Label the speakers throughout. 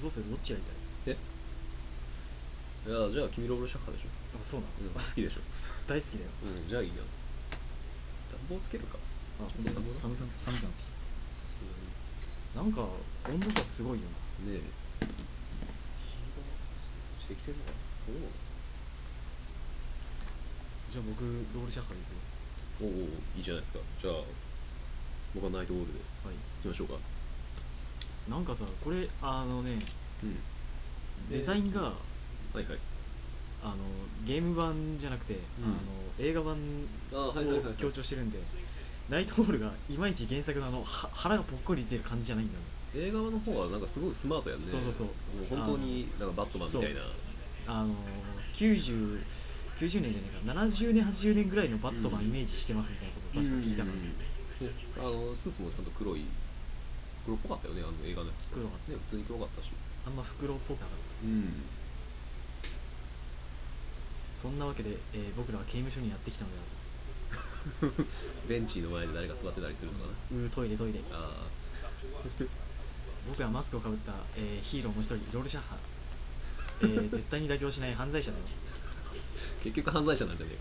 Speaker 1: どうするどっちやりたい
Speaker 2: いやじゃあ君ロボルシャッハでしょ、
Speaker 1: あそうなの、
Speaker 2: うん、好きでしょ、
Speaker 1: 大好きだよ
Speaker 2: うん、じゃあいいや暖房つけるか
Speaker 1: あほんとだ寒くなって寒くなってき
Speaker 2: さすが
Speaker 1: たなんか温度差すごいよな
Speaker 2: にねえ日がしてきてるのかなそうなの
Speaker 1: じゃあ僕ロールシャッハでいくよ
Speaker 2: おうおういいじゃないですかじゃあ僕はナイトオールで
Speaker 1: はい
Speaker 2: 行きましょうか
Speaker 1: なんかさこれあのね
Speaker 2: うん
Speaker 1: デザインが
Speaker 2: はいはい
Speaker 1: あのゲーム版じゃなくて、あの映画版
Speaker 2: ああはいはいはい、は
Speaker 1: を
Speaker 2: い、
Speaker 1: 強調してるんで、ナイトホールがいまいち原作のあのは腹がぽっこり出てる感じじゃないんだよね
Speaker 2: 映画の方はなんかすごいスマートやんね
Speaker 1: そうそうそう
Speaker 2: もう本当になんかバットマンみたいな
Speaker 1: あの 90, 90年じゃないか70年80年ぐらいのバットマンイメージしてますみたいなことを確か聞いたの、
Speaker 2: うんねあのスーツもちゃんと黒い黒っぽかったよねあの映画のやつ
Speaker 1: 黒
Speaker 2: ね
Speaker 1: かっ
Speaker 2: 普通に黒かったし
Speaker 1: あんま袋っぽくなかっ
Speaker 2: うん
Speaker 1: たそんなわけで、えー僕らは刑務所にやってきたので
Speaker 2: ベンチの前で誰か座ってたりするのかな
Speaker 1: あるうートイレトイレ
Speaker 2: あ
Speaker 1: 僕はマスクをかぶった、えーヒーローの一人ロールシャッハ、え ー絶対に妥協しない犯罪者だよ
Speaker 2: ー結局犯罪者なんじゃね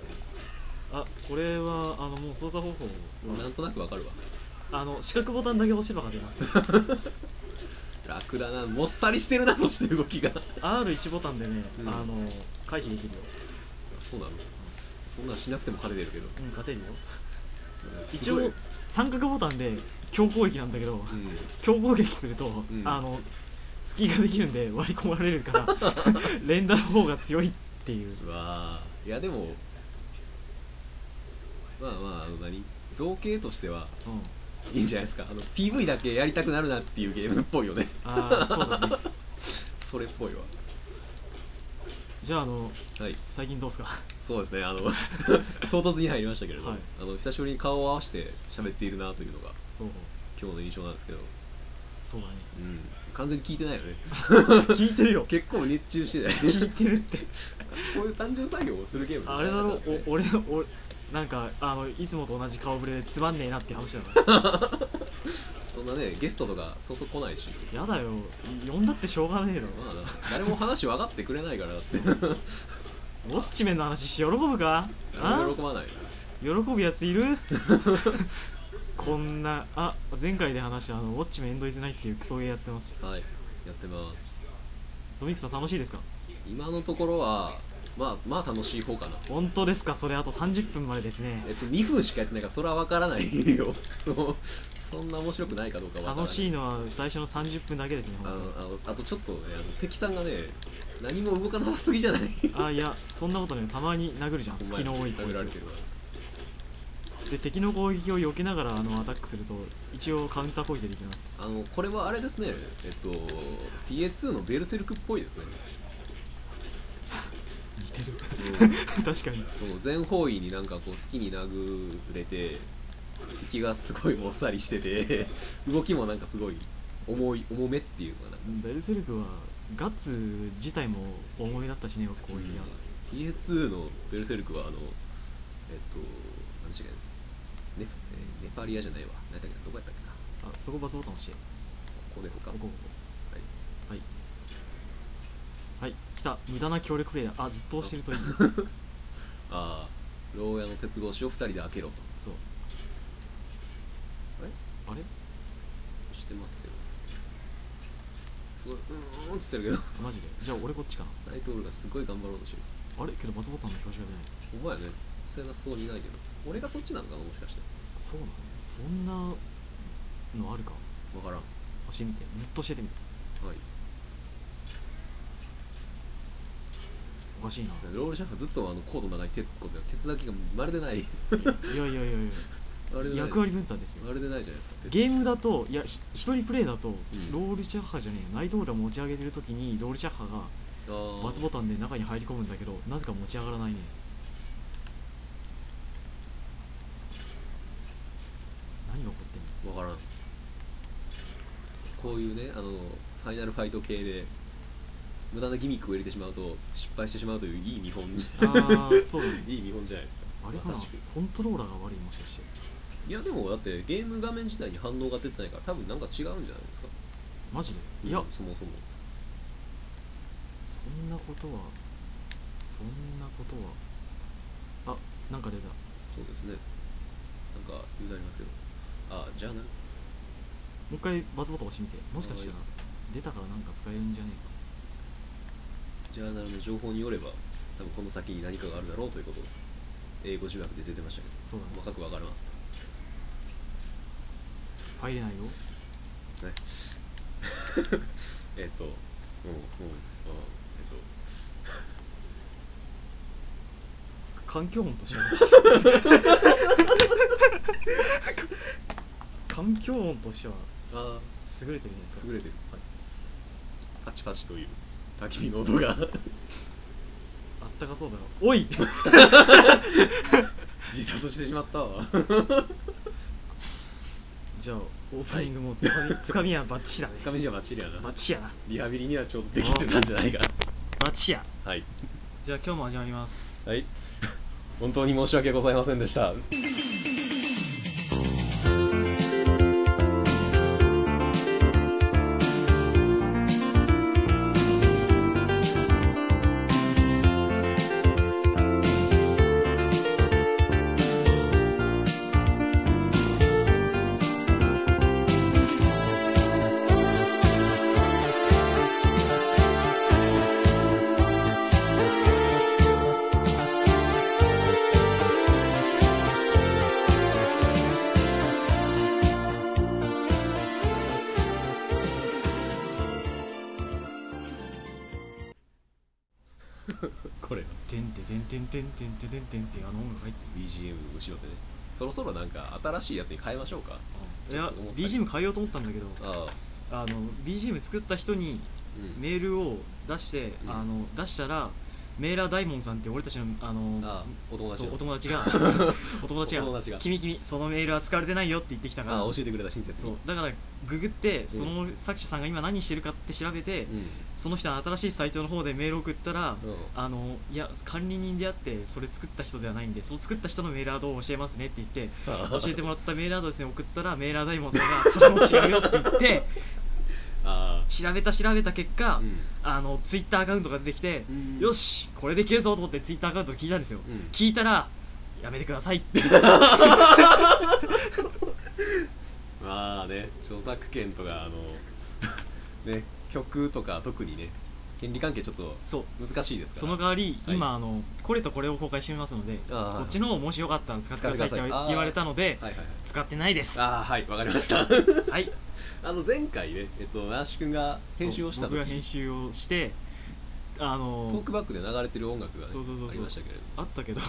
Speaker 1: あこれはあのもう操作方法
Speaker 2: えかな
Speaker 1: は
Speaker 2: んとなくわかるわ
Speaker 1: あの四角ボタンだけ押せば勝てます
Speaker 2: 楽だなもっさりしてるなそして動きが
Speaker 1: R1 ボタンでね、
Speaker 2: うん
Speaker 1: あの回避できるよ
Speaker 2: そうなのそんなんしなくても彼出るけど
Speaker 1: うん勝てるよ
Speaker 2: す
Speaker 1: 一
Speaker 2: ごい
Speaker 1: 応三角ボタンで強攻撃なんだけど
Speaker 2: うん
Speaker 1: 強攻撃すると、
Speaker 2: ん
Speaker 1: あの隙ができるんで割り込まれるから 連打の方が強いっていう
Speaker 2: うわーいやでもまあまああの何造形としては
Speaker 1: うん
Speaker 2: いいんじゃないですかあの PV だけやりたくなるなっていうゲームっぽいよね
Speaker 1: ああそうだね
Speaker 2: それっぽいわ
Speaker 1: じゃああの
Speaker 2: はい
Speaker 1: 最近どうっすか
Speaker 2: そうですねあの唐突に入りましたけれども、
Speaker 1: はい
Speaker 2: あの久しぶりに顔を合わせて喋っているなというのが
Speaker 1: おう
Speaker 2: 今日の印象なんですけど、
Speaker 1: そうだね
Speaker 2: うん、完全に聞いてないよね
Speaker 1: 聞いてるよ
Speaker 2: 結構熱中してない
Speaker 1: 聞いてるって
Speaker 2: こういう単純作業をするゲームですね
Speaker 1: あれだろ
Speaker 2: なんかね
Speaker 1: お俺おなんかあのいつもと同じ顔ぶれでつまんねえなって話だな
Speaker 2: そんなねゲストとかそうそう来ないし
Speaker 1: やだよ呼んだってしょうがねえだろ
Speaker 2: まあな誰も話分かってくれないからって
Speaker 1: ウォッチメンの話して喜ぶか
Speaker 2: 誰
Speaker 1: あ
Speaker 2: も喜ばない
Speaker 1: 喜ぶやついる こんなあ前回で話したあのウォッチメンエンドイズナイっていうクソゲーやってます
Speaker 2: はいやってます
Speaker 1: ドミクさん楽しいですか
Speaker 2: 今のところはまあまあ楽しい方かな
Speaker 1: 本当ですかそれあと30分までですね
Speaker 2: えっと2分しかやってないからそれは分からないよ そうそんな面白くないかどうか分からない
Speaker 1: 楽しい
Speaker 2: い
Speaker 1: のは最初の30分だけですね
Speaker 2: あの
Speaker 1: 本
Speaker 2: あのあとちょっとねあの敵さんがね何も動かなさすぎじゃない好
Speaker 1: 当あいやそんなことねたまに殴るじゃん隙の多い攻
Speaker 2: られ
Speaker 1: 撃
Speaker 2: てるわ
Speaker 1: で敵の攻撃を避けながらあのアタックすると一応カウンター攻撃できます
Speaker 2: あのこれはあれですねえっと PS2 のベルセルクっぽ いですね
Speaker 1: 似てる
Speaker 2: うん
Speaker 1: 確かに
Speaker 2: そう全方位になんかこう好きに殴れて敵がすごいもっさりしてて動きもなんかすごい重い重めっていうのかな
Speaker 1: ベルセルクはガッツ自体も重いだったしね攻撃が、
Speaker 2: PS2 の「ベルセルク」はあのえっと何でしたっけネフえーネファリアじゃないわ何だっけなどこやったっけな
Speaker 1: あそこバツボタン押して
Speaker 2: ここですか
Speaker 1: ここここはいはい来た無駄な協力プレイだあずっと押してるといい
Speaker 2: ああ牢屋の鉄格子を2人で開けろと
Speaker 1: そう
Speaker 2: あ
Speaker 1: あ
Speaker 2: れ
Speaker 1: れ
Speaker 2: してますけどすごいうーんっつってるけど
Speaker 1: マジでじゃあ俺こっちか
Speaker 2: ナイトオールがすごい頑張ろうとしてる
Speaker 1: なあれけどバツボタンの表示が出ない
Speaker 2: お前やねそれなそうにいないけど俺がそっちなのかなもしかして
Speaker 1: そうなのそんなのあるか
Speaker 2: わからん
Speaker 1: 押してみてずっと押しててみて
Speaker 2: はい、
Speaker 1: おかしい な
Speaker 2: ロールシャッフずっとあのコートの中に手突っ込んで鉄だけがまるでない
Speaker 1: いやいやいやいや
Speaker 2: まるでない
Speaker 1: 役割分担ですよ
Speaker 2: まるでないじゃないですか鉄
Speaker 1: ゲームだといやひ一人プレイだと、
Speaker 2: ん
Speaker 1: ロールシャッハじゃねえナイトオーラ持ち上げてる時にロールシャッハが
Speaker 2: あー
Speaker 1: バツボタンで中に入り込むんだけどなぜか持ち上がらないね何が起こってんの
Speaker 2: わからんこういうねあのファイナルファイト系で無駄なギミックを入れてしまうと失敗してしまうといういい見本
Speaker 1: ああそうだね
Speaker 2: いい見本じゃないですか
Speaker 1: あれかな
Speaker 2: まさしく
Speaker 1: コントローラーが悪いもしかして
Speaker 2: いやでもだってゲーム画面自体に反応が出てないから多分なんか違うんじゃないですか
Speaker 1: マジでいや
Speaker 2: うんそもそも
Speaker 1: そんなことはそんなことはあなんか出た
Speaker 2: そうですねなんか言うなりますけどあジャーナル
Speaker 1: もう一回バズボタン押してみてもしかしたら出たからなんか使えるんじゃね
Speaker 2: ジャーナルの情報によれば多分この先に何かがあるだろうということを英語字幕で出てましたけど
Speaker 1: えかそうだね
Speaker 2: 細かくわからん
Speaker 1: 入れないよ
Speaker 2: ですね えっとうんうんうんえっと
Speaker 1: 環境音として環境音としては
Speaker 2: あ
Speaker 1: 優れてるじゃないです
Speaker 2: あ
Speaker 1: か
Speaker 2: 優れてる、はい、パチパチという焚き火の音が
Speaker 1: あったかそうだろおい
Speaker 2: 自殺してしまったわ
Speaker 1: じゃあオープニングもつかみ,、つかみはバッチリだね
Speaker 2: つかみじゃバッチリや
Speaker 1: バ
Speaker 2: な
Speaker 1: ッチリやな
Speaker 2: リハビリにはちょうどできてたんじゃないか
Speaker 1: バッチリや
Speaker 2: はい
Speaker 1: じゃあ今日も始まります
Speaker 2: はい本当に申し訳ございませんでしたこれ
Speaker 1: 「てんててんてんてんてんてんてんてん」ってあの音楽入ってる
Speaker 2: BGM 後ろでねそろそろなんか新しいやつに変えましょうか
Speaker 1: いや
Speaker 2: ちょっと思ったよ
Speaker 1: BGM 変えようと思ったんだけど
Speaker 2: ああ
Speaker 1: あの BGM 作った人に
Speaker 2: うん
Speaker 1: メールを出して、
Speaker 2: うん
Speaker 1: あの出したらメーラー大門さんって俺たちのあの
Speaker 2: ああお友達
Speaker 1: そう
Speaker 2: の
Speaker 1: お友 達がお友達が
Speaker 2: お友達が
Speaker 1: 君君そのメールは使われてないよ」って言ってきたから
Speaker 2: ああ教えてくれた親切
Speaker 1: そ
Speaker 2: に
Speaker 1: うだからググってその作者さんが今何してるかって調べて、
Speaker 2: う
Speaker 1: その人の新しいサイトの方でメール送ったら、
Speaker 2: んうん
Speaker 1: あのいや管理人であってそれ作った人ではないんでその作った人のメールアドを教えますねって言って教えてもらったメールアドレスに送ったらメールアドレスもそれがそれも違うよって言って
Speaker 2: あ
Speaker 1: 調べた調べた結果、
Speaker 2: あ
Speaker 1: あのツイッターアカウントが出てきて、
Speaker 2: うん
Speaker 1: よしこれできるぞと思ってツイッターアカウント聞いたんですよ、
Speaker 2: うん
Speaker 1: 聞いたらやめてくださいって
Speaker 2: まあね著作権とかあの ね曲とか特にね権利関係ちょっと
Speaker 1: そう
Speaker 2: 難しいです
Speaker 1: そ
Speaker 2: から
Speaker 1: の代わり、
Speaker 2: はい
Speaker 1: 今あのこれとこれを公開してみますので
Speaker 2: ああ
Speaker 1: こっちのをもしよかったら使ってくださいって
Speaker 2: 使ってくださいああ
Speaker 1: 言われたので
Speaker 2: はいはいはい
Speaker 1: 使ってないですは
Speaker 2: ああはいわかりました
Speaker 1: い
Speaker 2: あの前回ねえっとナーシ君が編集をした
Speaker 1: そう僕が編
Speaker 2: 時
Speaker 1: 集をしてあ
Speaker 2: ト
Speaker 1: の
Speaker 2: ークバックで流れてる音楽がね
Speaker 1: そうそうそうそう
Speaker 2: ありましたけれど
Speaker 1: あったけど、
Speaker 2: ね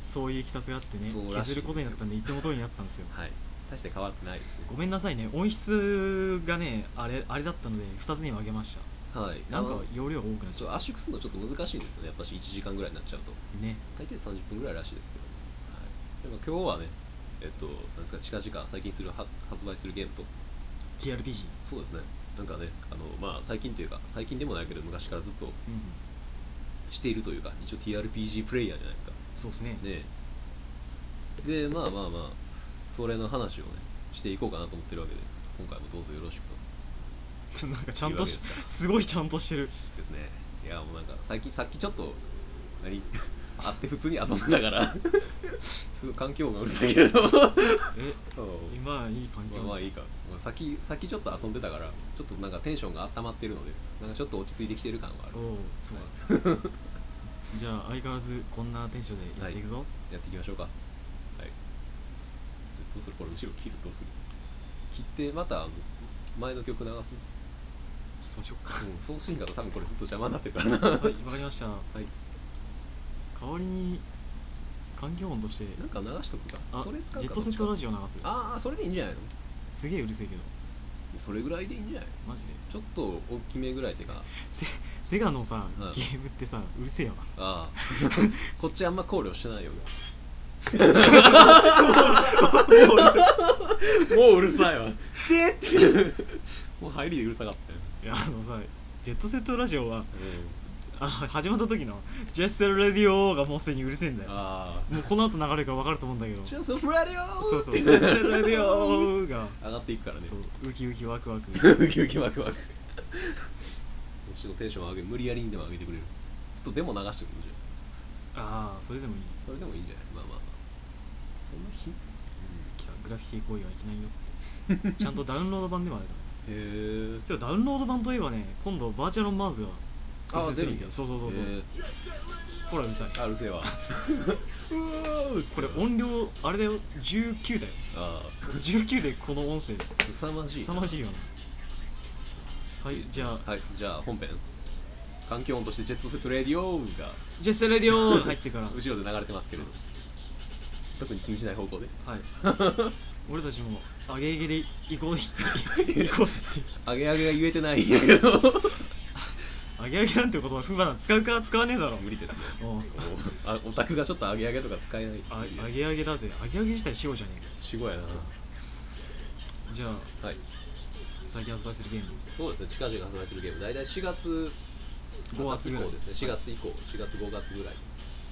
Speaker 1: そういういきさつがあってね
Speaker 2: そうらし
Speaker 1: 削
Speaker 2: い
Speaker 1: ることになったんでいつも通りになったんですよ
Speaker 2: はい大して変わってないですね
Speaker 1: ごめんなさいね音質がねあれあれだったので2つに分けまし
Speaker 2: はい
Speaker 1: たなん
Speaker 2: あ
Speaker 1: か
Speaker 2: の
Speaker 1: 容量が多くなっち
Speaker 2: そう
Speaker 1: ゃっ
Speaker 2: 圧縮するのちょっと難しいんですよねやっぱし1時間ぐらいになっちゃうと
Speaker 1: たね
Speaker 2: 大体30分ぐらいらしいですけど、はい、でも今日はねえっとなんですか近々最近する発発売するゲームと
Speaker 1: TRPG
Speaker 2: そうですねなんかねあのまあ最近というか最近でもないけど昔からずっと
Speaker 1: うん
Speaker 2: しているというか一応 TRPG プレイヤーじゃないですか
Speaker 1: そうですね
Speaker 2: ねえでまあまあまあそれの話をねしていこうかなと思ってるわけで今回もどうぞよろしくと
Speaker 1: なんかちゃんとし
Speaker 2: いいわけです
Speaker 1: ごいちゃんとしてる
Speaker 2: ですねいやもうなんか最近さっきちょっと何 会って普通に遊んでたから すごい環境音がうるさいけれど
Speaker 1: え
Speaker 2: そう
Speaker 1: 今はいい環境
Speaker 2: まあまあいいか、まあ、先先ちょっと遊んでたからちょっとなんかテンションが温まってるのでなんかちょっと落ち着いてきてる感はある
Speaker 1: おおそうだ、じゃあ相変わらずこんなテンションでやっていくぞ、
Speaker 2: やっていきましょうかはいじゃあどうするこれ後ろ切るどうする切ってまたあの前の曲流す、
Speaker 1: そうしよっ か
Speaker 2: うん、送信だと多分これずっと邪魔になってるからな なんか
Speaker 1: はいわかりましたはい代わりに環境音として
Speaker 2: 流しとく
Speaker 1: あ
Speaker 2: かそれ使うか
Speaker 1: ジェットセットラ
Speaker 2: ジ
Speaker 1: ジオ流す
Speaker 2: ああそれでいいんじゃないの
Speaker 1: すげえうるせえけど
Speaker 2: それぐらいでいいんじゃない
Speaker 1: マジで
Speaker 2: ちょっと大きめぐらいってか
Speaker 1: セセガのさ、
Speaker 2: うん
Speaker 1: ゲームってさうるせえよな
Speaker 2: ああこっちあんま考慮してないよもううるさいわ。でって。もう入りでうるさかったよ。
Speaker 1: いやあのさジェットセットラジオはあ始まった時の「ジェッセルラディオ」がもうすでにうるせえんだよ
Speaker 2: あ
Speaker 1: もうこの後流れるから分かると思うんだけど
Speaker 2: あ。
Speaker 1: そ
Speaker 2: チャンスフラディオ
Speaker 1: うそう「ジェッセルラディオ」が
Speaker 2: 上がっていくからね。
Speaker 1: そうウキウキワクワク
Speaker 2: ウキウキワクワク。こっちのテンション上げ無理やりにでも上げてくれるずっとでも流してくるんじゃん
Speaker 1: ああそれでもいい
Speaker 2: それでもいいんじゃないまあまあまあその日、うん、
Speaker 1: 来たグラフィティ行為はいけないよってちゃんとダウンロード版ではあるから
Speaker 2: へえ
Speaker 1: てかダウンロード版といえばね今度バーチャルオンマーズが突
Speaker 2: あ
Speaker 1: 然するんだ
Speaker 2: 出るん
Speaker 1: よ
Speaker 2: だ
Speaker 1: そうそうそうそうほらうるさい
Speaker 2: あうるせえわ
Speaker 1: これ音量あれだよ19だよ
Speaker 2: ああ
Speaker 1: 19でこの音声
Speaker 2: すさまじいな
Speaker 1: 凄まじいよなはいじゃあ
Speaker 2: はいじゃあ本編環境音としてジェットセットレディオが
Speaker 1: ジェスレディオーが入ってから
Speaker 2: 後ろで流れてますけれど特に気にしない方向で
Speaker 1: はい 俺たちもアゲゲで行こう行こうぜって
Speaker 2: アゲアゲが言えて ないんやけど
Speaker 1: アゲアゲなんて言葉不なん使うか使わねえだろ
Speaker 2: 無理ですね
Speaker 1: おう
Speaker 2: おあオタクがちょっとアゲアゲとか使えない
Speaker 1: あ
Speaker 2: いい
Speaker 1: ア
Speaker 2: です
Speaker 1: ゲアゲだぜアゲアゲ自体しようじゃね
Speaker 2: 死後やな
Speaker 1: えかじゃあ
Speaker 2: はい
Speaker 1: 最近発売するゲーム
Speaker 2: そうですね近々発売するゲーム大体4月
Speaker 1: 5月
Speaker 2: 以
Speaker 1: ぐらい
Speaker 2: 降ですね4月以降4月5月ぐらい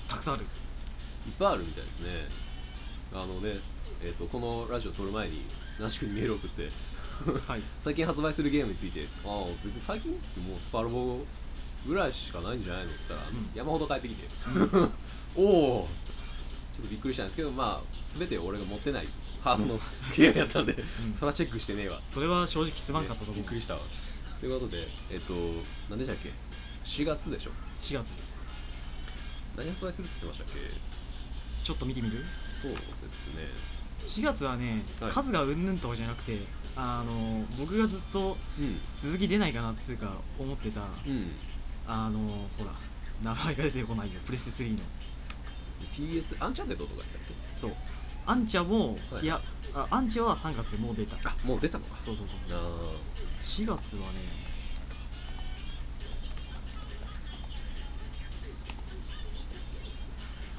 Speaker 1: たくさんあ る
Speaker 2: いっぱいあるみたいですねあのねえっ、とこのラジオ撮る前に那須君にメール送って
Speaker 1: はい
Speaker 2: 最近発売するゲームについてああ別に最近ってもうスパロボぐらいしかないんじゃないのっつったら、
Speaker 1: ん
Speaker 2: 山ほど帰ってきて、 おおちょっとびっくりしたんですけどまあ全て俺が持ってないハードのゲームやったんで、
Speaker 1: ん
Speaker 2: そらチェックしてねえわ
Speaker 1: それは正直すまんかったと思
Speaker 2: び
Speaker 1: う
Speaker 2: っくり
Speaker 1: 4
Speaker 2: したわということでえっと何でしたっけ4月でしょ
Speaker 1: 月です
Speaker 2: 何発売するって言ってましたっけ
Speaker 1: ちょっと見てみる
Speaker 2: そうですね
Speaker 1: 4月はね、
Speaker 2: はい
Speaker 1: 数がうんぬんとかじゃなくてあの僕がずっと続き出ないかなっつうか思ってた
Speaker 2: うんうん
Speaker 1: あのほら名前が出てこないよプレステ3の
Speaker 2: PS アンチャーテッドとかやったっ
Speaker 1: そうアンチャも、
Speaker 2: はい
Speaker 1: い、やあアンチャは3月でもう出た
Speaker 2: けあもう出たのか
Speaker 1: そうそうそう
Speaker 2: あ
Speaker 1: 4月はね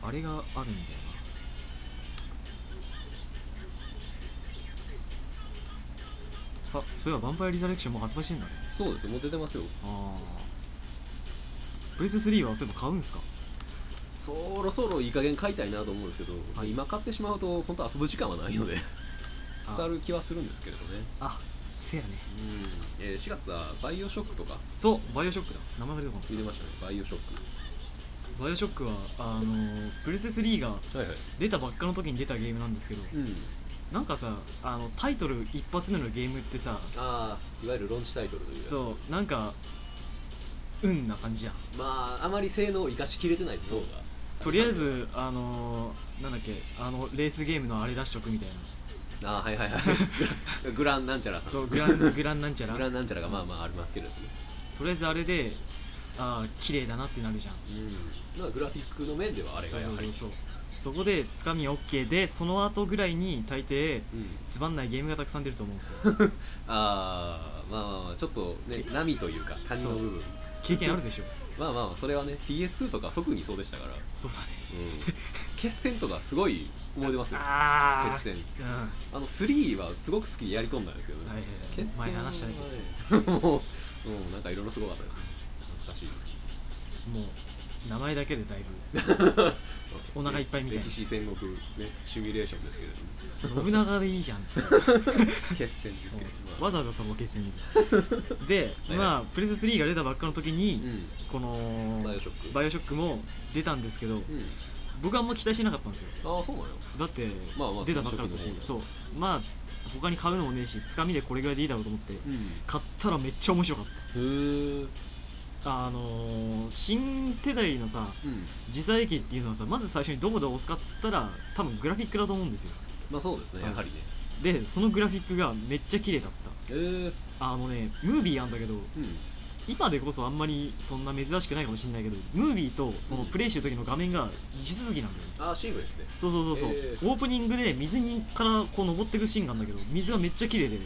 Speaker 1: あれがあるんだよなあそういえば「ヴァンパイア・リザレクション」もう発売してんだね
Speaker 2: ーそうですよもう出てますよ
Speaker 1: ああプレステ3はそういえば買うんすか
Speaker 2: そろそろいい加減買いたいなと思うんですけど、
Speaker 1: はい
Speaker 2: 今買ってしまうと本当遊ぶ時間 はないので
Speaker 1: あ
Speaker 2: 腐る気はするんですけれどね、
Speaker 1: あせやね
Speaker 2: うんえー4月はバイオショックとか
Speaker 1: そうバイオショックだ名前が出てこない
Speaker 2: 入れましたねバイオショック
Speaker 1: バイオショックはあのプレステ3が
Speaker 2: はいはい
Speaker 1: 出たばっかの時に出たゲームなんですけど
Speaker 2: うん
Speaker 1: なんかさあのタイトル一発目のゲームってさ
Speaker 2: ああいわゆるロンチタイトルというやつ
Speaker 1: そうなんか運な感じやん
Speaker 2: まああまり性能を生かしきれてないそうが
Speaker 1: とりあえずあのー、なんだっけあのレースゲームのあれ出しとくみたいな
Speaker 2: ああはいはいはい グランなんちゃらさん
Speaker 1: そうグラ ングランなんちゃら
Speaker 2: グランなんちゃらがまあまあありますけれども
Speaker 1: とりあえずあれでああ綺麗だなってなるじゃん
Speaker 2: うんまあグラフィックの面ではあれがやはり
Speaker 1: そうそうそうそうそこでつかみは OK でその後ぐらいに大抵
Speaker 2: うん
Speaker 1: つまんないゲームがたくさん出ると思うんです よ
Speaker 2: ああまあまあまあちょっとね波というか谷の部分
Speaker 1: 経験あるでしょ
Speaker 2: まあまあまあそれはね PS2 とか特にそうでしたから、うん、
Speaker 1: そうだね
Speaker 2: 決戦とかすごい思い出ますよ
Speaker 1: ああ
Speaker 2: 決戦
Speaker 1: うんはい
Speaker 2: あの3はすごく好きでやり込んだんですけどね、
Speaker 1: はいはい
Speaker 2: 決戦は
Speaker 1: 前話したね決戦
Speaker 2: もうもうなんかいろいろすごかったですね懐かしい
Speaker 1: もう名前だけでだいぶお腹いっぱいみたいな
Speaker 2: 歴史戦国、ね、シミュレーションですけれど も
Speaker 1: 信長でいいじゃんって
Speaker 2: 決戦ですけれども、
Speaker 1: わざわざその決 戦にで、まあプレス3が出たばっかの時に、
Speaker 2: う
Speaker 1: この
Speaker 2: ん、バイオショック
Speaker 1: バイオショックも出たんですけど、
Speaker 2: うん、
Speaker 1: 僕はあんま期待してなかったんですよ
Speaker 2: ああそうなのよ
Speaker 1: だって、
Speaker 2: まあまあ
Speaker 1: 出たばっかだったし
Speaker 2: そ
Speaker 1: そううまあ他に買うのもねえしつかみでこれぐらいでいいだろうと思って
Speaker 2: うん
Speaker 1: 買ったらめっちゃ面白かっ
Speaker 2: へえ
Speaker 1: たあのー新世代のさ
Speaker 2: うん
Speaker 1: 時代劇っていうのはさまず最初にどこで押すかっつったら多分グラフィックだと思うんですよ
Speaker 2: まあそうですねやはりね
Speaker 1: でそのグラフィックがめっちゃ綺麗だっ
Speaker 2: へえ
Speaker 1: たあのねムービーなんだけど
Speaker 2: うん
Speaker 1: 今でこそあんまりそんな珍しくないかもしれないけどムービーとそのプレイしてる時の画面が地続きなんだよね
Speaker 2: ああシームレスね
Speaker 1: そうそうそうそう、
Speaker 2: え
Speaker 1: オープニングで水にからこう登っていくシーンがあるんだけど水がめっちゃ綺麗で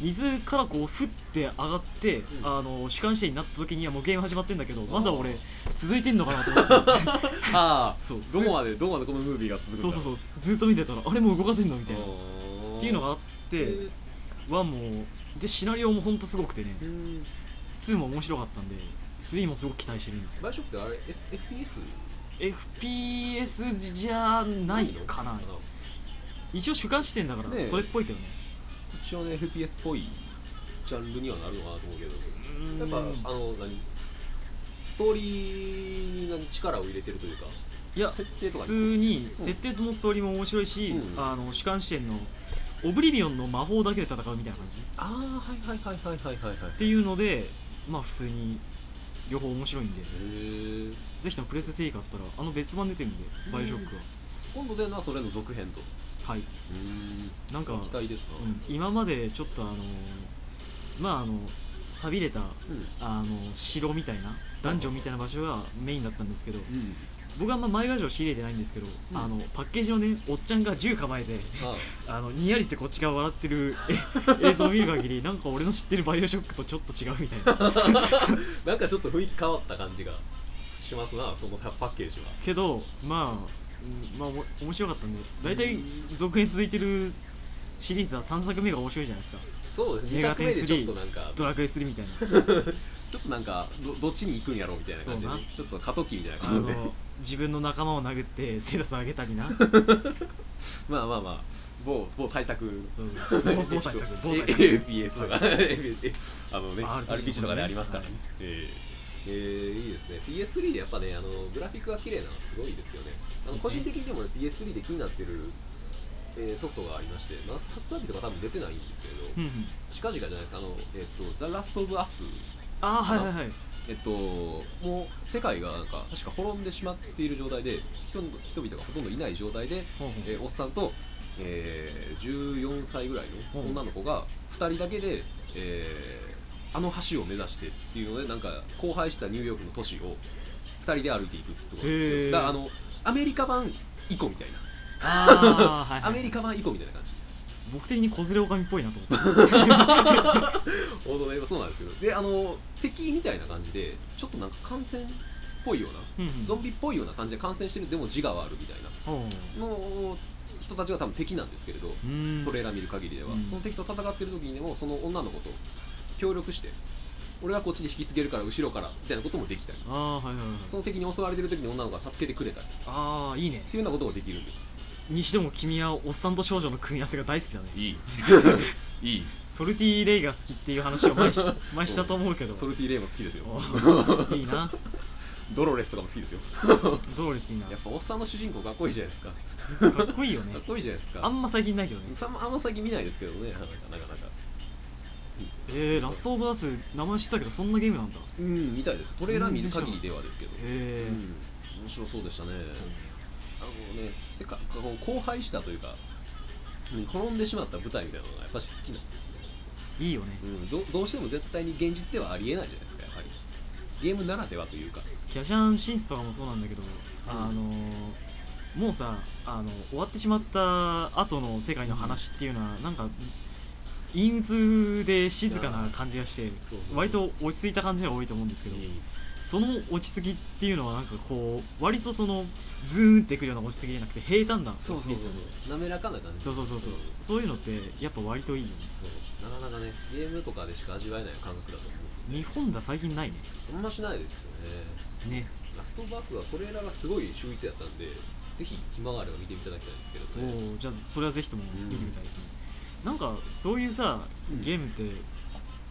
Speaker 1: 水からこう降って上がって、
Speaker 2: ん
Speaker 1: あの主観視になった時にはもうゲーム始まってんだけどまだ俺
Speaker 2: あー
Speaker 1: 続いてんのかなと思って
Speaker 2: ああ
Speaker 1: そう
Speaker 2: どこまでどこまでこのムービーが続くん だ
Speaker 1: そうそう
Speaker 2: う
Speaker 1: そうずっと見てたらあれもう動かせんのみたいなっ
Speaker 2: って
Speaker 1: いうのが
Speaker 2: あっ
Speaker 1: あって1もでシナリオもほんとすごくてね2も面白かったんで3もすごく期待してるんですよ
Speaker 2: バイオショックってあれ S- FPS
Speaker 1: FPS じゃないかな一応主観視点だから
Speaker 2: ねえ
Speaker 1: それっぽいけどね
Speaker 2: 一応ね FPS っぽいジャンルにはなるのかなと思うけど
Speaker 1: う
Speaker 2: や
Speaker 1: ー
Speaker 2: っ
Speaker 1: ん
Speaker 2: ぱあの何ストーリーに何力を入れてるというか
Speaker 1: いや
Speaker 2: 設定
Speaker 1: 普
Speaker 2: とか
Speaker 1: 通に設定もストーリーも面白いし、
Speaker 2: うん
Speaker 1: あの主観視点のオブリビオンの魔法だけで戦うみたいな感じっ
Speaker 2: ああはいはいはいはいはいはいはい
Speaker 1: ていうのでまあ普通に両方面白いんで
Speaker 2: へえ
Speaker 1: ぜひともプレステ3買ったらあの別版出てるんで
Speaker 2: うん
Speaker 1: バイオショックは、
Speaker 2: 今度でなそれの続編と
Speaker 1: はい、
Speaker 2: うん
Speaker 1: なんか
Speaker 2: 期待ですな
Speaker 1: うん、今までちょっとあのまああの錆びれた
Speaker 2: うん
Speaker 1: あの城みたいなダンジョンみたいな場所がメインだったんですけど
Speaker 2: うん
Speaker 1: 僕はあんま前画像仕入れてないんですけど、
Speaker 2: うん
Speaker 1: あのパッケージのねおっちゃんが銃構えて
Speaker 2: あ
Speaker 1: あのにやりってこっち側笑って るえ映像を見る限りなんか俺の知ってるバイオショックとちょっと違うみたいな
Speaker 2: なんかちょっと雰囲気変わった感じがしますなそのパッケージは
Speaker 1: けどまあうんまあおも面白かったんで大体
Speaker 2: うん
Speaker 1: 続編続いてるシリーズは3作目が面白いじゃないですか
Speaker 2: そうですね2
Speaker 1: メガ
Speaker 2: 作
Speaker 1: テン
Speaker 2: 目でちょっ
Speaker 1: 3
Speaker 2: となんか
Speaker 1: ドラクエ3みたいな
Speaker 2: ちょっとなんかどどっちに行くんやろうみたいな感じで
Speaker 1: そうな
Speaker 2: ちょっと過渡期みたいな
Speaker 1: あ
Speaker 2: 感じで
Speaker 1: の自分の仲間を殴ってセータスをあげたりな
Speaker 2: まあまあまあ某某対策
Speaker 1: そう そう
Speaker 2: え
Speaker 1: 棒対 策棒対策
Speaker 2: APS とか あのね
Speaker 1: RPG
Speaker 2: RPG とかでありますからね
Speaker 1: はい
Speaker 2: えーえーいいですね PS3 でやっぱねあのグラフィックが綺麗なのはすごいですよねあの個人的にでもね PS3 で気になってる、えーソフトがありましてまあ発売日とか多分出てないんですけれど
Speaker 1: うんうん
Speaker 2: 近々じゃないですあのえっと「ザ・ラスト・オブ・アス」
Speaker 1: ああはいはいはい
Speaker 2: えっと、もう世界がなんか確か滅んでしまっている状態で人々人々がほとんどいない状態で、
Speaker 1: ほうほう
Speaker 2: えーおっさんと、えー14歳ぐらいの
Speaker 1: うん
Speaker 2: 女の子が2人だけで、えーあの橋を目指してっていうのでなんか荒廃したニューヨークの都市を2人で歩いていくってところなんです
Speaker 1: へ
Speaker 2: よ
Speaker 1: ー
Speaker 2: だからあのアメリカ版以降みたいな
Speaker 1: ああはい、
Speaker 2: ア
Speaker 1: は
Speaker 2: メ
Speaker 1: い、
Speaker 2: リカ版以降みたいな感じです
Speaker 1: 僕的に小連れ女将っぽいなと思 って
Speaker 2: 王道の映画そうなんですけどであの敵みたいな感じでちょっとなんか感染っぽいような
Speaker 1: うんうん
Speaker 2: ゾンビっぽいような感じで感染してるでも自我はあるみたいな
Speaker 1: ほう
Speaker 2: の人たちが多分敵なんですけれど
Speaker 1: うーん
Speaker 2: トレーラー見る限りでは、
Speaker 1: うん
Speaker 2: その敵と戦ってる時にでもその女の子と協力して俺がこっちで引きつけるから後ろからみたいなこともできたり
Speaker 1: ああはいはいはい
Speaker 2: その敵に襲われてる時に女の子が助けてくれたりっ
Speaker 1: ああいいね
Speaker 2: ていうようなこともできるんです
Speaker 1: にしても君はおっさんと少女の組み合わせが大好きだね
Speaker 2: いいいい
Speaker 1: ソルティーレイが好きっていう話を前 し前したと思うけど
Speaker 2: ソルティレイも好きですよ
Speaker 1: おー いいな
Speaker 2: ドロレスとかも好きですよ
Speaker 1: ドロレスいいな
Speaker 2: やっぱおっさんの主人公かっこいいじゃないですかか
Speaker 1: かっこいいよね
Speaker 2: っこいいじゃないですか
Speaker 1: あんま最近ないけどね
Speaker 2: さあんま先見ないですけどねなかなかなかなか
Speaker 1: えー、ラストオブアース名前知ったけどそんなゲームなんだへ
Speaker 2: うん、みたいです。トレーラー見る限りではですけど。う
Speaker 1: え、
Speaker 2: ん、面白そうでしたね。あのね、世界、こう荒廃したというか、うん転んでしまった舞台みたいなのがやっぱし好きなんですね。
Speaker 1: いいよね
Speaker 2: うんどう、どうしても絶対に現実ではありえないじゃないですか、やはり。ゲームならではというか。
Speaker 1: キャシャンシンスとかもそうなんだけど、あのー、もうさあの終わってしまった後の世界の話っていうのは、なんか陰鬱で静かな感じがして
Speaker 2: そう
Speaker 1: 割、と落ち着いた感じが多いと思うんですけど、その落ち着きっていうのはなんかこう割とそのズーンってくるような落ち着きじゃなくて平坦な落ち
Speaker 2: そう
Speaker 1: 着き
Speaker 2: そう
Speaker 1: です
Speaker 2: そう
Speaker 1: よね
Speaker 2: そう。滑らかな感じ。
Speaker 1: そうそうそうそう
Speaker 2: うん
Speaker 1: そういうのってやっぱ割といいよね
Speaker 2: そうなかなかね、ゲームとかでしか味わえない感覚だと思う。
Speaker 1: 日本だ最近ないね
Speaker 2: あんましないですよね。
Speaker 1: ね
Speaker 2: ラストバースはトレーラーがすごい秀逸やったんで、ぜひ暇があれば見ていただきたいんですけれどね。
Speaker 1: おおじゃあそれはぜひとも見てみたいですね、なんかそういうさ
Speaker 2: うん
Speaker 1: ゲームって、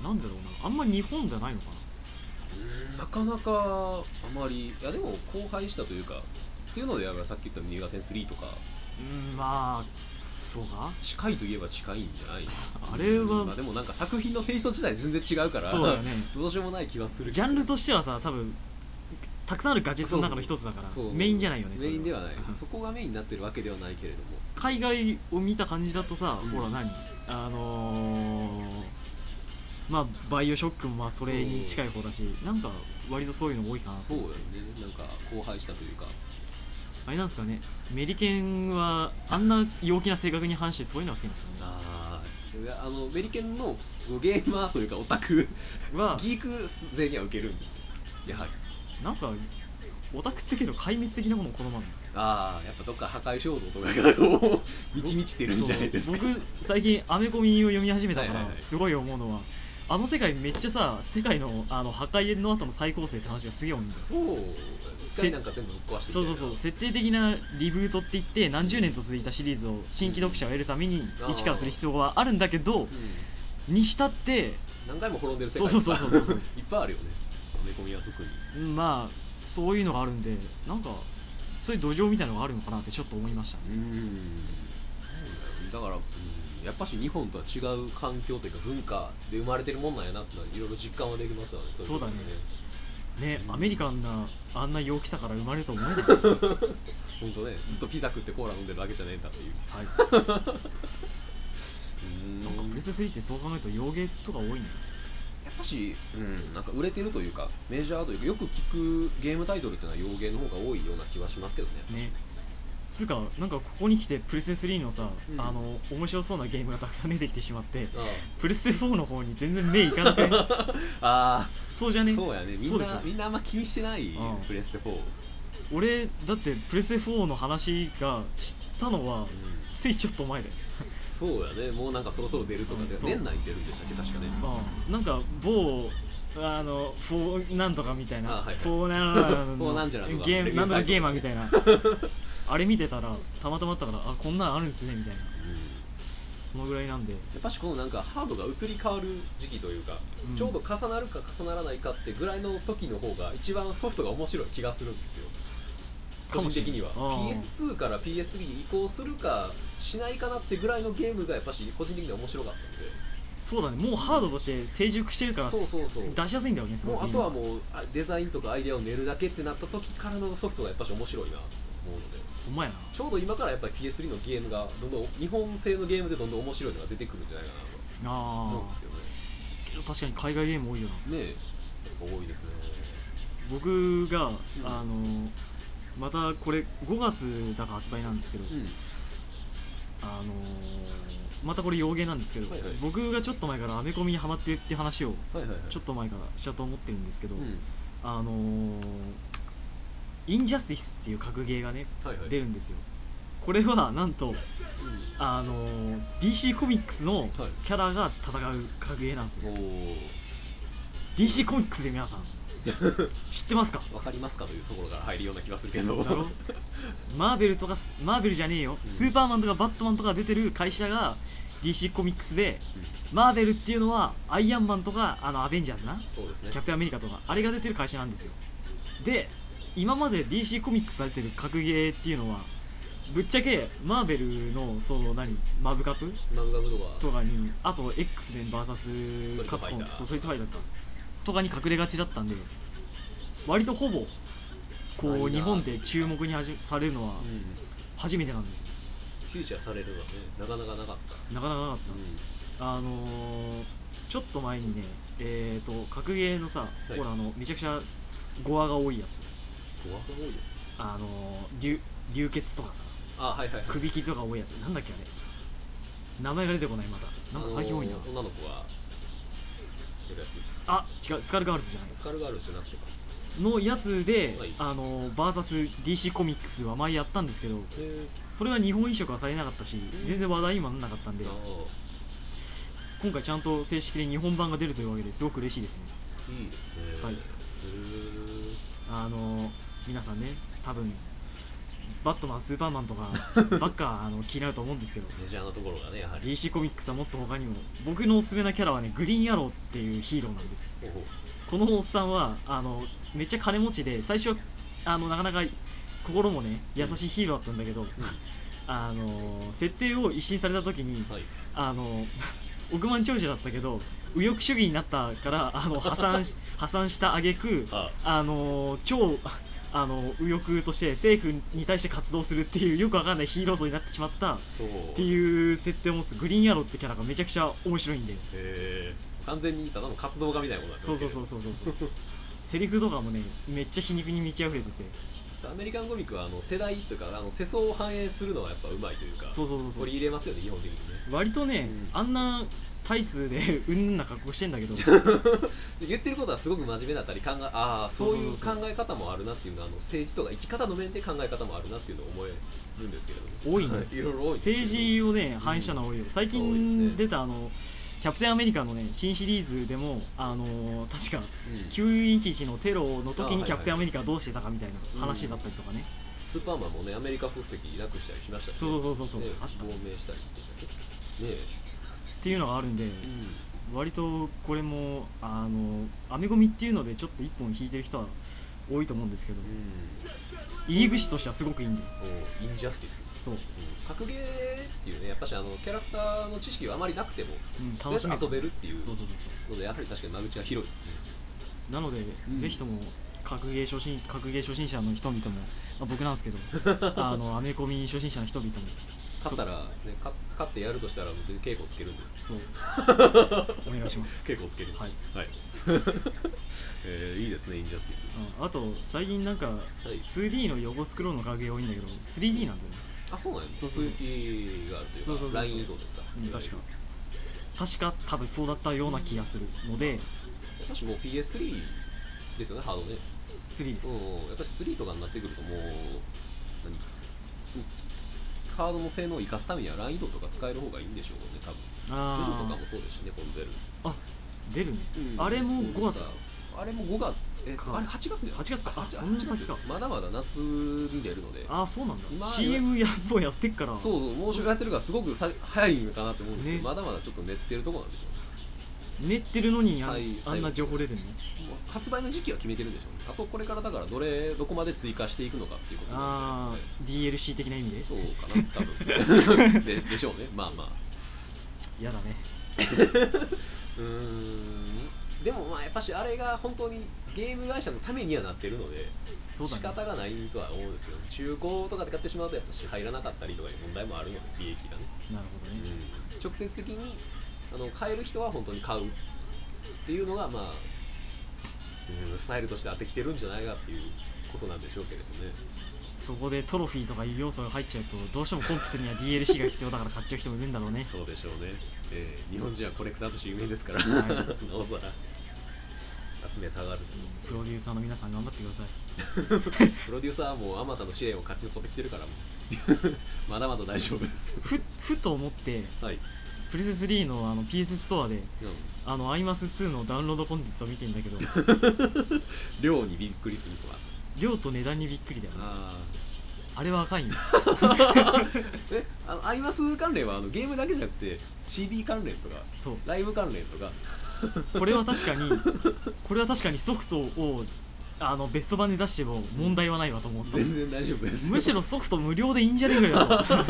Speaker 1: なんだろうなあんま日本じゃないのか
Speaker 2: うーんなかなかあまり、いやでも荒廃したというか、っていうのでやればさっき言ったミニガテン3とか、
Speaker 1: なうんまあそうか
Speaker 2: 近いといえば近いんじゃない
Speaker 1: あれは
Speaker 2: うんまあ、でもなんか作品のテイスト自体全然違うから、
Speaker 1: そうだよね
Speaker 2: どうしようもない気はす る
Speaker 1: ジャンルとしてはさ多分たくさんあるガジェットの中の一つだから
Speaker 2: そう
Speaker 1: メインじゃないよね
Speaker 2: メインではない
Speaker 1: それ。
Speaker 2: そこがメインになってるわけではないけれども。
Speaker 1: 海外を見た感じだとさ、
Speaker 2: うん
Speaker 1: ほら何あのーまあバイオショックもまあそれに近い方だしなんか割とそういうの多いかな
Speaker 2: そ
Speaker 1: と
Speaker 2: うだよね。なんか荒廃したというか。
Speaker 1: あれなんですかねメリケンはあんな陽気な性格に反してそういうのが好きなんですよね
Speaker 2: あーいやあの、メリケンのゲーマーというかオタク
Speaker 1: は
Speaker 2: ギーク勢には受けるんだやはり
Speaker 1: なんかオタクってけど壊滅的なものを好まない
Speaker 2: ああやっぱどっか破壊衝動とかがこ う満ち満ちてるんじゃないですか
Speaker 1: そう僕最近アメコミを読み始めたか
Speaker 2: はいはいは
Speaker 1: ら
Speaker 2: い
Speaker 1: すごい思うのはあの世界めっちゃさ世界のあの破壊の後の再構成って話がすげえ多いんだよ
Speaker 2: そう一回なんか全部ぶっ壊して
Speaker 1: そうそうそう設定的なリブートって言って何十年と続いたシリーズを新規読者を得るために
Speaker 2: うん
Speaker 1: 一からする必要はあるんだけど
Speaker 2: う
Speaker 1: にしたって
Speaker 2: 何回も滅んでる
Speaker 1: そ
Speaker 2: 世界
Speaker 1: うそうそうそうそう
Speaker 2: いっぱいあるよねアメコミは特に
Speaker 1: まあそういうのがあるんでなんかそういう土壌みたいなのがあるのかなってちょっと思いましたね
Speaker 2: うんだから、うん、やっぱし日本とは違う環境というか文化で生まれてるもんなんやなっていうのはいろいろ実感はできますよねいこと
Speaker 1: そうだねねアメリカンなあんな陽気さから生まれると思えな い、
Speaker 2: 本当ねずっとピザ食ってコーラ飲んでるわけじゃねえんだっていう
Speaker 1: は
Speaker 2: うん
Speaker 1: い、なんかプレス3ってそう考えると洋芸とか多いね
Speaker 2: やっぱし、うん、なんか売れてるというかメジャーというかよく聞くゲームタイトルっていうのは洋芸の方が多いような気はしますけどね
Speaker 1: ねつうかなんかここに来てプレステ3のさ、
Speaker 2: うん
Speaker 1: あの面白そうなゲームがたくさん出てきてしまって
Speaker 2: あ
Speaker 1: プレステ4の方に全然目いかなく て
Speaker 2: あ
Speaker 1: そうじゃね
Speaker 2: そうやねみ
Speaker 1: そ
Speaker 2: ん
Speaker 1: うでし
Speaker 2: なみんなあんま気にしてないよ
Speaker 1: うん
Speaker 2: プレステ4、うん
Speaker 1: ょ俺だってプレステ4の話が知ったのはついちょっと前で、
Speaker 2: そうやねもうなんかそろそろ出るとか
Speaker 1: う
Speaker 2: で
Speaker 1: ん
Speaker 2: 年
Speaker 1: そう
Speaker 2: 内に出るんでしたっけ確かね
Speaker 1: うん、なんか某あのフォーなんとかみたいな
Speaker 2: あはいはい
Speaker 1: フォーなん
Speaker 2: フォーなんちゃらとか
Speaker 1: ゲー
Speaker 2: レ
Speaker 1: ム
Speaker 2: ビュ
Speaker 1: な
Speaker 2: ー
Speaker 1: んとか
Speaker 2: サイトとか
Speaker 1: ゲーマーみたいな あれ見てたらたまたまあったからあこんなんあるんですねみたいな
Speaker 2: うん
Speaker 1: そのぐらいなんで
Speaker 2: やっぱしこのなんかハードが移り変わる時期というか、
Speaker 1: うん
Speaker 2: ちょうど重なるか重ならないかってぐらいの時の方が一番ソフトが面白い気がするんですよ
Speaker 1: か
Speaker 2: 個
Speaker 1: も
Speaker 2: 人
Speaker 1: しれ
Speaker 2: 的
Speaker 1: ない
Speaker 2: には
Speaker 1: あー
Speaker 2: PS2 から PS3 に移行するかしないかなってぐらいのゲームがやっぱし個人的には面白かったんで
Speaker 1: そうだねもうハードとして成熟してるから
Speaker 2: そうそうそう
Speaker 1: 出しやすいんだよねすご
Speaker 2: も
Speaker 1: く
Speaker 2: うあ
Speaker 1: 今
Speaker 2: とはもうあデザインとかアイデアを練るだけってなった時からのソフトがやっぱし面白いなと思うので
Speaker 1: ほんまやな
Speaker 2: ちょうど今からやっぱり PS3 のゲームがどんどん日本製のゲームでどんどん面白いのが出てくるんじゃないかなと
Speaker 1: あ
Speaker 2: 思うんですけどね
Speaker 1: ーけど確かに海外ゲーム多いよな
Speaker 2: ねえやっぱ多いですね
Speaker 1: 僕が、あのまたこれ5月だから発売なんですけど、
Speaker 2: うん
Speaker 1: あのまたこれ洋芸なんですけど、
Speaker 2: はいはい
Speaker 1: 僕がちょっと前からアメコミにハマってるって話を
Speaker 2: はいはいはい
Speaker 1: ちょ
Speaker 2: っ
Speaker 1: っと前からしたと思ってるんですけど、
Speaker 2: とうん
Speaker 1: あのインジャスティスっていう格ゲーがね
Speaker 2: はいはい
Speaker 1: 出るんですよこれはなんと
Speaker 2: うん
Speaker 1: あの DC コミックスの
Speaker 2: はい
Speaker 1: キャラが戦う格ゲーなんですよ、
Speaker 2: お
Speaker 1: DC コミックスで皆 さん知ってますか
Speaker 2: おわかりますかというところから入るような気がする けど
Speaker 1: だろマーベルとかスマーベルじゃねえよ、
Speaker 2: うん
Speaker 1: スーパーマンとかバットマンとか出てる会社が DC コミックスで、マーベルっていうのはアイアンマンとかあのアベンジャーズな
Speaker 2: そうですね
Speaker 1: キャプテンアメリカとかあれが出てる会社なんですよで今まで DC コミックスされてる格ゲーっていうのはぶっちゃけマーベルのその何マブカップ
Speaker 2: マグガムとか
Speaker 1: とかにあと X メン VS カプコンってそうストリートファイターですかとかに隠れがちだったんで割とほぼこう
Speaker 2: ないな
Speaker 1: 日本で注目にはじされるのは
Speaker 2: うん
Speaker 1: 初めてなんですよ
Speaker 2: フューチャーされるのはねなかなかなかっ
Speaker 1: なかなかなかったたあのーちょっと前にねえーと格ゲーのさ
Speaker 2: い
Speaker 1: ほらあのめちゃくちゃゴアが多いやつ
Speaker 2: 語学が多いやつ
Speaker 1: あのー流流血とかさ
Speaker 2: あはいはいはい
Speaker 1: 首切りとか多いやつなんだっけあれ名前が出てこないまたなんか最近多いな
Speaker 2: あのー女の子がやるやつ
Speaker 1: あ違うスカルガールズじゃない
Speaker 2: スカルガールじゃなくてか
Speaker 1: のやつで、
Speaker 2: はい
Speaker 1: あの VSDC コミックスは前やったんですけど
Speaker 2: へえ
Speaker 1: それは日本移植はされなかったし
Speaker 2: ん
Speaker 1: 全然話題にもならなかったんで
Speaker 2: ああ
Speaker 1: 今回ちゃんと正式で日本版が出るというわけですごく嬉しいですね
Speaker 2: いいですね
Speaker 1: はい
Speaker 2: へえ
Speaker 1: あの皆さんね多分バットマンスーパーマンと かばっかあの気になると思うんですけど
Speaker 2: メジャーなところがねやはり
Speaker 1: DC コミックスはもっと他にも僕のおすすめなキャラはねグリーンアローっていうヒーローなんです
Speaker 2: ほうほう
Speaker 1: このおっさんはあのめっちゃ金持ちで最初はあのなかなか心もね優しいヒーローだったんだけど、あの設定を一新された時に
Speaker 2: はい
Speaker 1: あの億万長者だったけど右翼主義になったからあの破産し破産した挙句
Speaker 2: あ
Speaker 1: あの超あの右翼として政府に対して活動するっていうよくわかんないヒーロー像になってしまったっ
Speaker 2: そうってう
Speaker 1: いう設定を持つグリーンアローってキャラがめちゃくちゃ面白いんで
Speaker 2: へえ完全にただの活動家みたいなことなんです
Speaker 1: そう
Speaker 2: ね
Speaker 1: そうそうそうそうそうセリフとかもねめっちゃ皮肉に満ち溢れてて
Speaker 2: アメリカンコミックはあの世代というかあの世相を反映するのはやっぱうまいというか
Speaker 1: そうそうそうそう
Speaker 2: 取り入れますよね基本的にね
Speaker 1: 割とね、
Speaker 2: うん
Speaker 1: あんなタイツで うんぬんな格好してんだけど
Speaker 2: 言ってることはすごく真面目だったり考えああそういう
Speaker 1: そうそう
Speaker 2: 考え方もあるなっていうのはあの政治とか生き方の面で考え方もあるなっていうのを思えるんですけれども
Speaker 1: 多いね
Speaker 2: いろいろ多いんですけど
Speaker 1: 政治をね反映したの多いよ、最
Speaker 2: 多いですね
Speaker 1: 近出たあのキャプテンアメリカのね新シリーズでもあのー確か
Speaker 2: うん
Speaker 1: 911のテロの時
Speaker 2: あ
Speaker 1: に
Speaker 2: はいはい
Speaker 1: キャプテンアメリカはどうしてたかみたいな話だったりとかね、
Speaker 2: スーパーマンもねアメリカ国籍なくしたりしましたしね
Speaker 1: そうそうそうそうそう
Speaker 2: ね
Speaker 1: あった
Speaker 2: 亡命したりでしたっけねえ
Speaker 1: っていうのがあるんで割とこれもあのアメゴミっていうのでちょっと1本引いてる人は多いと思うんですけど
Speaker 2: う
Speaker 1: 入り口としてはすごくいいんで
Speaker 2: ん、もうインジャスティス、
Speaker 1: そう、
Speaker 2: うん、格ゲーっていうねやっぱしあのキャラクターの知識があまりなくても
Speaker 1: うん、
Speaker 2: と
Speaker 1: 楽
Speaker 2: り
Speaker 1: し
Speaker 2: あ
Speaker 1: め
Speaker 2: えず遊べ
Speaker 1: る
Speaker 2: るっていう
Speaker 1: そうそうそうそ
Speaker 2: のでやはり確かに間口は広いですね
Speaker 1: うなので、
Speaker 2: ん
Speaker 1: ぜひとも格ゲー初心格ゲー初心者の人々も、まあ、僕なんですけど あのアメコミ初心者の人々も
Speaker 2: 勝ったら、ね、勝勝ってやるとしたら別に稽古つける んで
Speaker 1: そうお願いします
Speaker 2: 稽古つける
Speaker 1: はい、
Speaker 2: はい えーいいですねインジャスティス
Speaker 1: ああと最近なんか
Speaker 2: はい、
Speaker 1: 2D の横スクロールの影が多いんだけど 3D なんだよね、
Speaker 2: あそうなんや
Speaker 1: そうそうそう
Speaker 2: 続きがあるというか
Speaker 1: そうそうそうそう
Speaker 2: ライン移動ですか、
Speaker 1: うん、確か確か多分そうだったような気がするので
Speaker 2: やっぱしもう PS3 ですよねハードね
Speaker 1: 3です、
Speaker 2: うんやっぱし3とかになってくるともう何そカードの性能を生かすためにはライン移動とか使える方がいいんでしょうね多分ジョジョと
Speaker 1: あ
Speaker 2: かもそうですしね今度出る、
Speaker 1: ー出るね、あれも5月か
Speaker 2: あれも5月え
Speaker 1: か
Speaker 2: あれ8月だよ
Speaker 1: 8月かあ
Speaker 2: 8
Speaker 1: そんな先か
Speaker 2: まだまだ夏に出るので
Speaker 1: ああそうなんだ
Speaker 2: まあ
Speaker 1: CM やっぽやってっから
Speaker 2: そうそう猛暑がやってるからすごくさ早いのかなって思うんですけど、
Speaker 1: ね
Speaker 2: まだまだちょっと練ってるとこなんでしょうね
Speaker 1: 練ってるのにあ
Speaker 2: 最
Speaker 1: あんな情報出てんの
Speaker 2: もう発売の時期は決めてるんでしょうねあとこれからだからどれどこまで追加していくのかっていうことなん
Speaker 1: あ
Speaker 2: です
Speaker 1: あ DLC 的な意味で
Speaker 2: よねそうかな多 分ででしょうねまあまあ
Speaker 1: やだね
Speaker 2: うーんでもまあやっぱしあれが本当にゲーム会社のためにはなってるので、
Speaker 1: そうだ
Speaker 2: 仕
Speaker 1: ね
Speaker 2: 方がないとは思うんですよ中古とかで買ってしまうとやっぱし入らなかったりとかいう問題もあるので利益がね、
Speaker 1: なるほどね、
Speaker 2: うん、直接的にあの買える人は本当に買うっていうのがまあ、うん、スタイルとして合ってきてるんじゃないかっていうことなんでしょうけれどね
Speaker 1: そこでトロフィーとかいう要素が入っちゃうとどうしてもコンプするには DLC が必要だから買っちゃう人もいるんだろうね
Speaker 2: そうでしょうね、えー日本人はコレクターとして有名ですから、
Speaker 1: はい
Speaker 2: なおさら集めたがる
Speaker 1: プロデューサーの皆さん頑張ってください
Speaker 2: プロデューサーはもうあまたの試練を勝ち残ってきてるからもう まだまだ大丈夫です
Speaker 1: ふふと思って
Speaker 2: はい、
Speaker 1: プレゼ3のあの PS ストアで
Speaker 2: うん
Speaker 1: あのアイマス2のダウンロードコンテンツを見てんだけど
Speaker 2: 量にびっくりするます
Speaker 1: 量と値段にびっくりだよね
Speaker 2: あ
Speaker 1: あれは赤いんだ
Speaker 2: えあのアイマス関連はあのゲームだけじゃなくて CD 関連とか
Speaker 1: そう
Speaker 2: ライブ関連とか
Speaker 1: これは確かにこれは確かにソフトをあのベスト版で出しても問題はないわと思った
Speaker 2: 全然大丈夫です
Speaker 1: むしろソフト無料でいいんじゃねえぐらいだと
Speaker 2: 交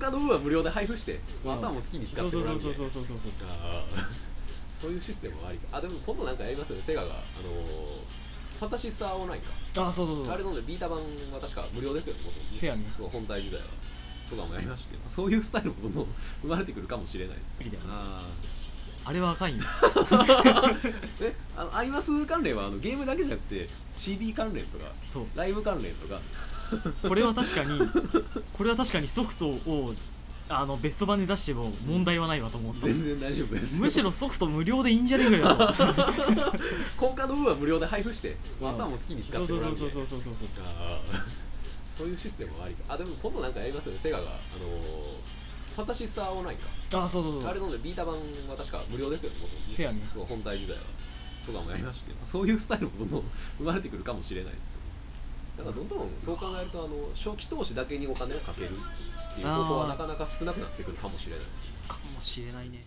Speaker 2: 換の分は無料で配布して
Speaker 1: うん
Speaker 2: またも好きに使
Speaker 1: そ
Speaker 2: っ
Speaker 1: う
Speaker 2: て
Speaker 1: そ
Speaker 2: も
Speaker 1: う
Speaker 2: ら
Speaker 1: そうう
Speaker 2: み
Speaker 1: そ
Speaker 2: たいうな
Speaker 1: そうそうそうそう
Speaker 2: あー そういうシステムもありかあでも今度なんかやりますよねセガがあのーファンタシースターオンラインか
Speaker 1: あそうそうそ
Speaker 2: あれ
Speaker 1: う
Speaker 2: のねビータ版は確か無料ですよね、元々
Speaker 1: せやね
Speaker 2: そう本体時代は。とかもやりまして、そういうスタイルもど んどん生まれてくるかもしれないです
Speaker 1: 無理だよね
Speaker 2: あ
Speaker 1: あれは赤いんだ
Speaker 2: ーえあのアイマス関連はあのゲームだけじゃなくて、CD 関連とか、
Speaker 1: そう
Speaker 2: ライブ関連 とか、
Speaker 1: これは確かにこれは確かにソフトをあのベスト版で出しても問題はないわと思った
Speaker 2: 全然大丈夫です。
Speaker 1: むしろソフト無料でいいんじゃねえぐらいだと
Speaker 2: 交換の分は無料で配布して、
Speaker 1: うん
Speaker 2: またも好きに使
Speaker 1: そう
Speaker 2: って
Speaker 1: そう
Speaker 2: もら
Speaker 1: そうう
Speaker 2: みた
Speaker 1: そ
Speaker 2: いうな
Speaker 1: そうそうそう
Speaker 2: あーそういうシステムもありか。あ、でも今度なんかやりますよね、セガが。あのーファンタシースターオンラインか。
Speaker 1: あそうそうそ
Speaker 2: あ
Speaker 1: う
Speaker 2: れのねビータ版は確か無料ですよね、元々
Speaker 1: せやね
Speaker 2: そう本体時代は。とかもやりまして、そういうスタイルもどんどん生まれてくるかもしれないですよね。だからどんどんそう考えると、あの初期投資だけにお金をかけるっていう方法は
Speaker 1: あー
Speaker 2: なかなか少なくなってくるかもしれないですよね。
Speaker 1: かもしれないね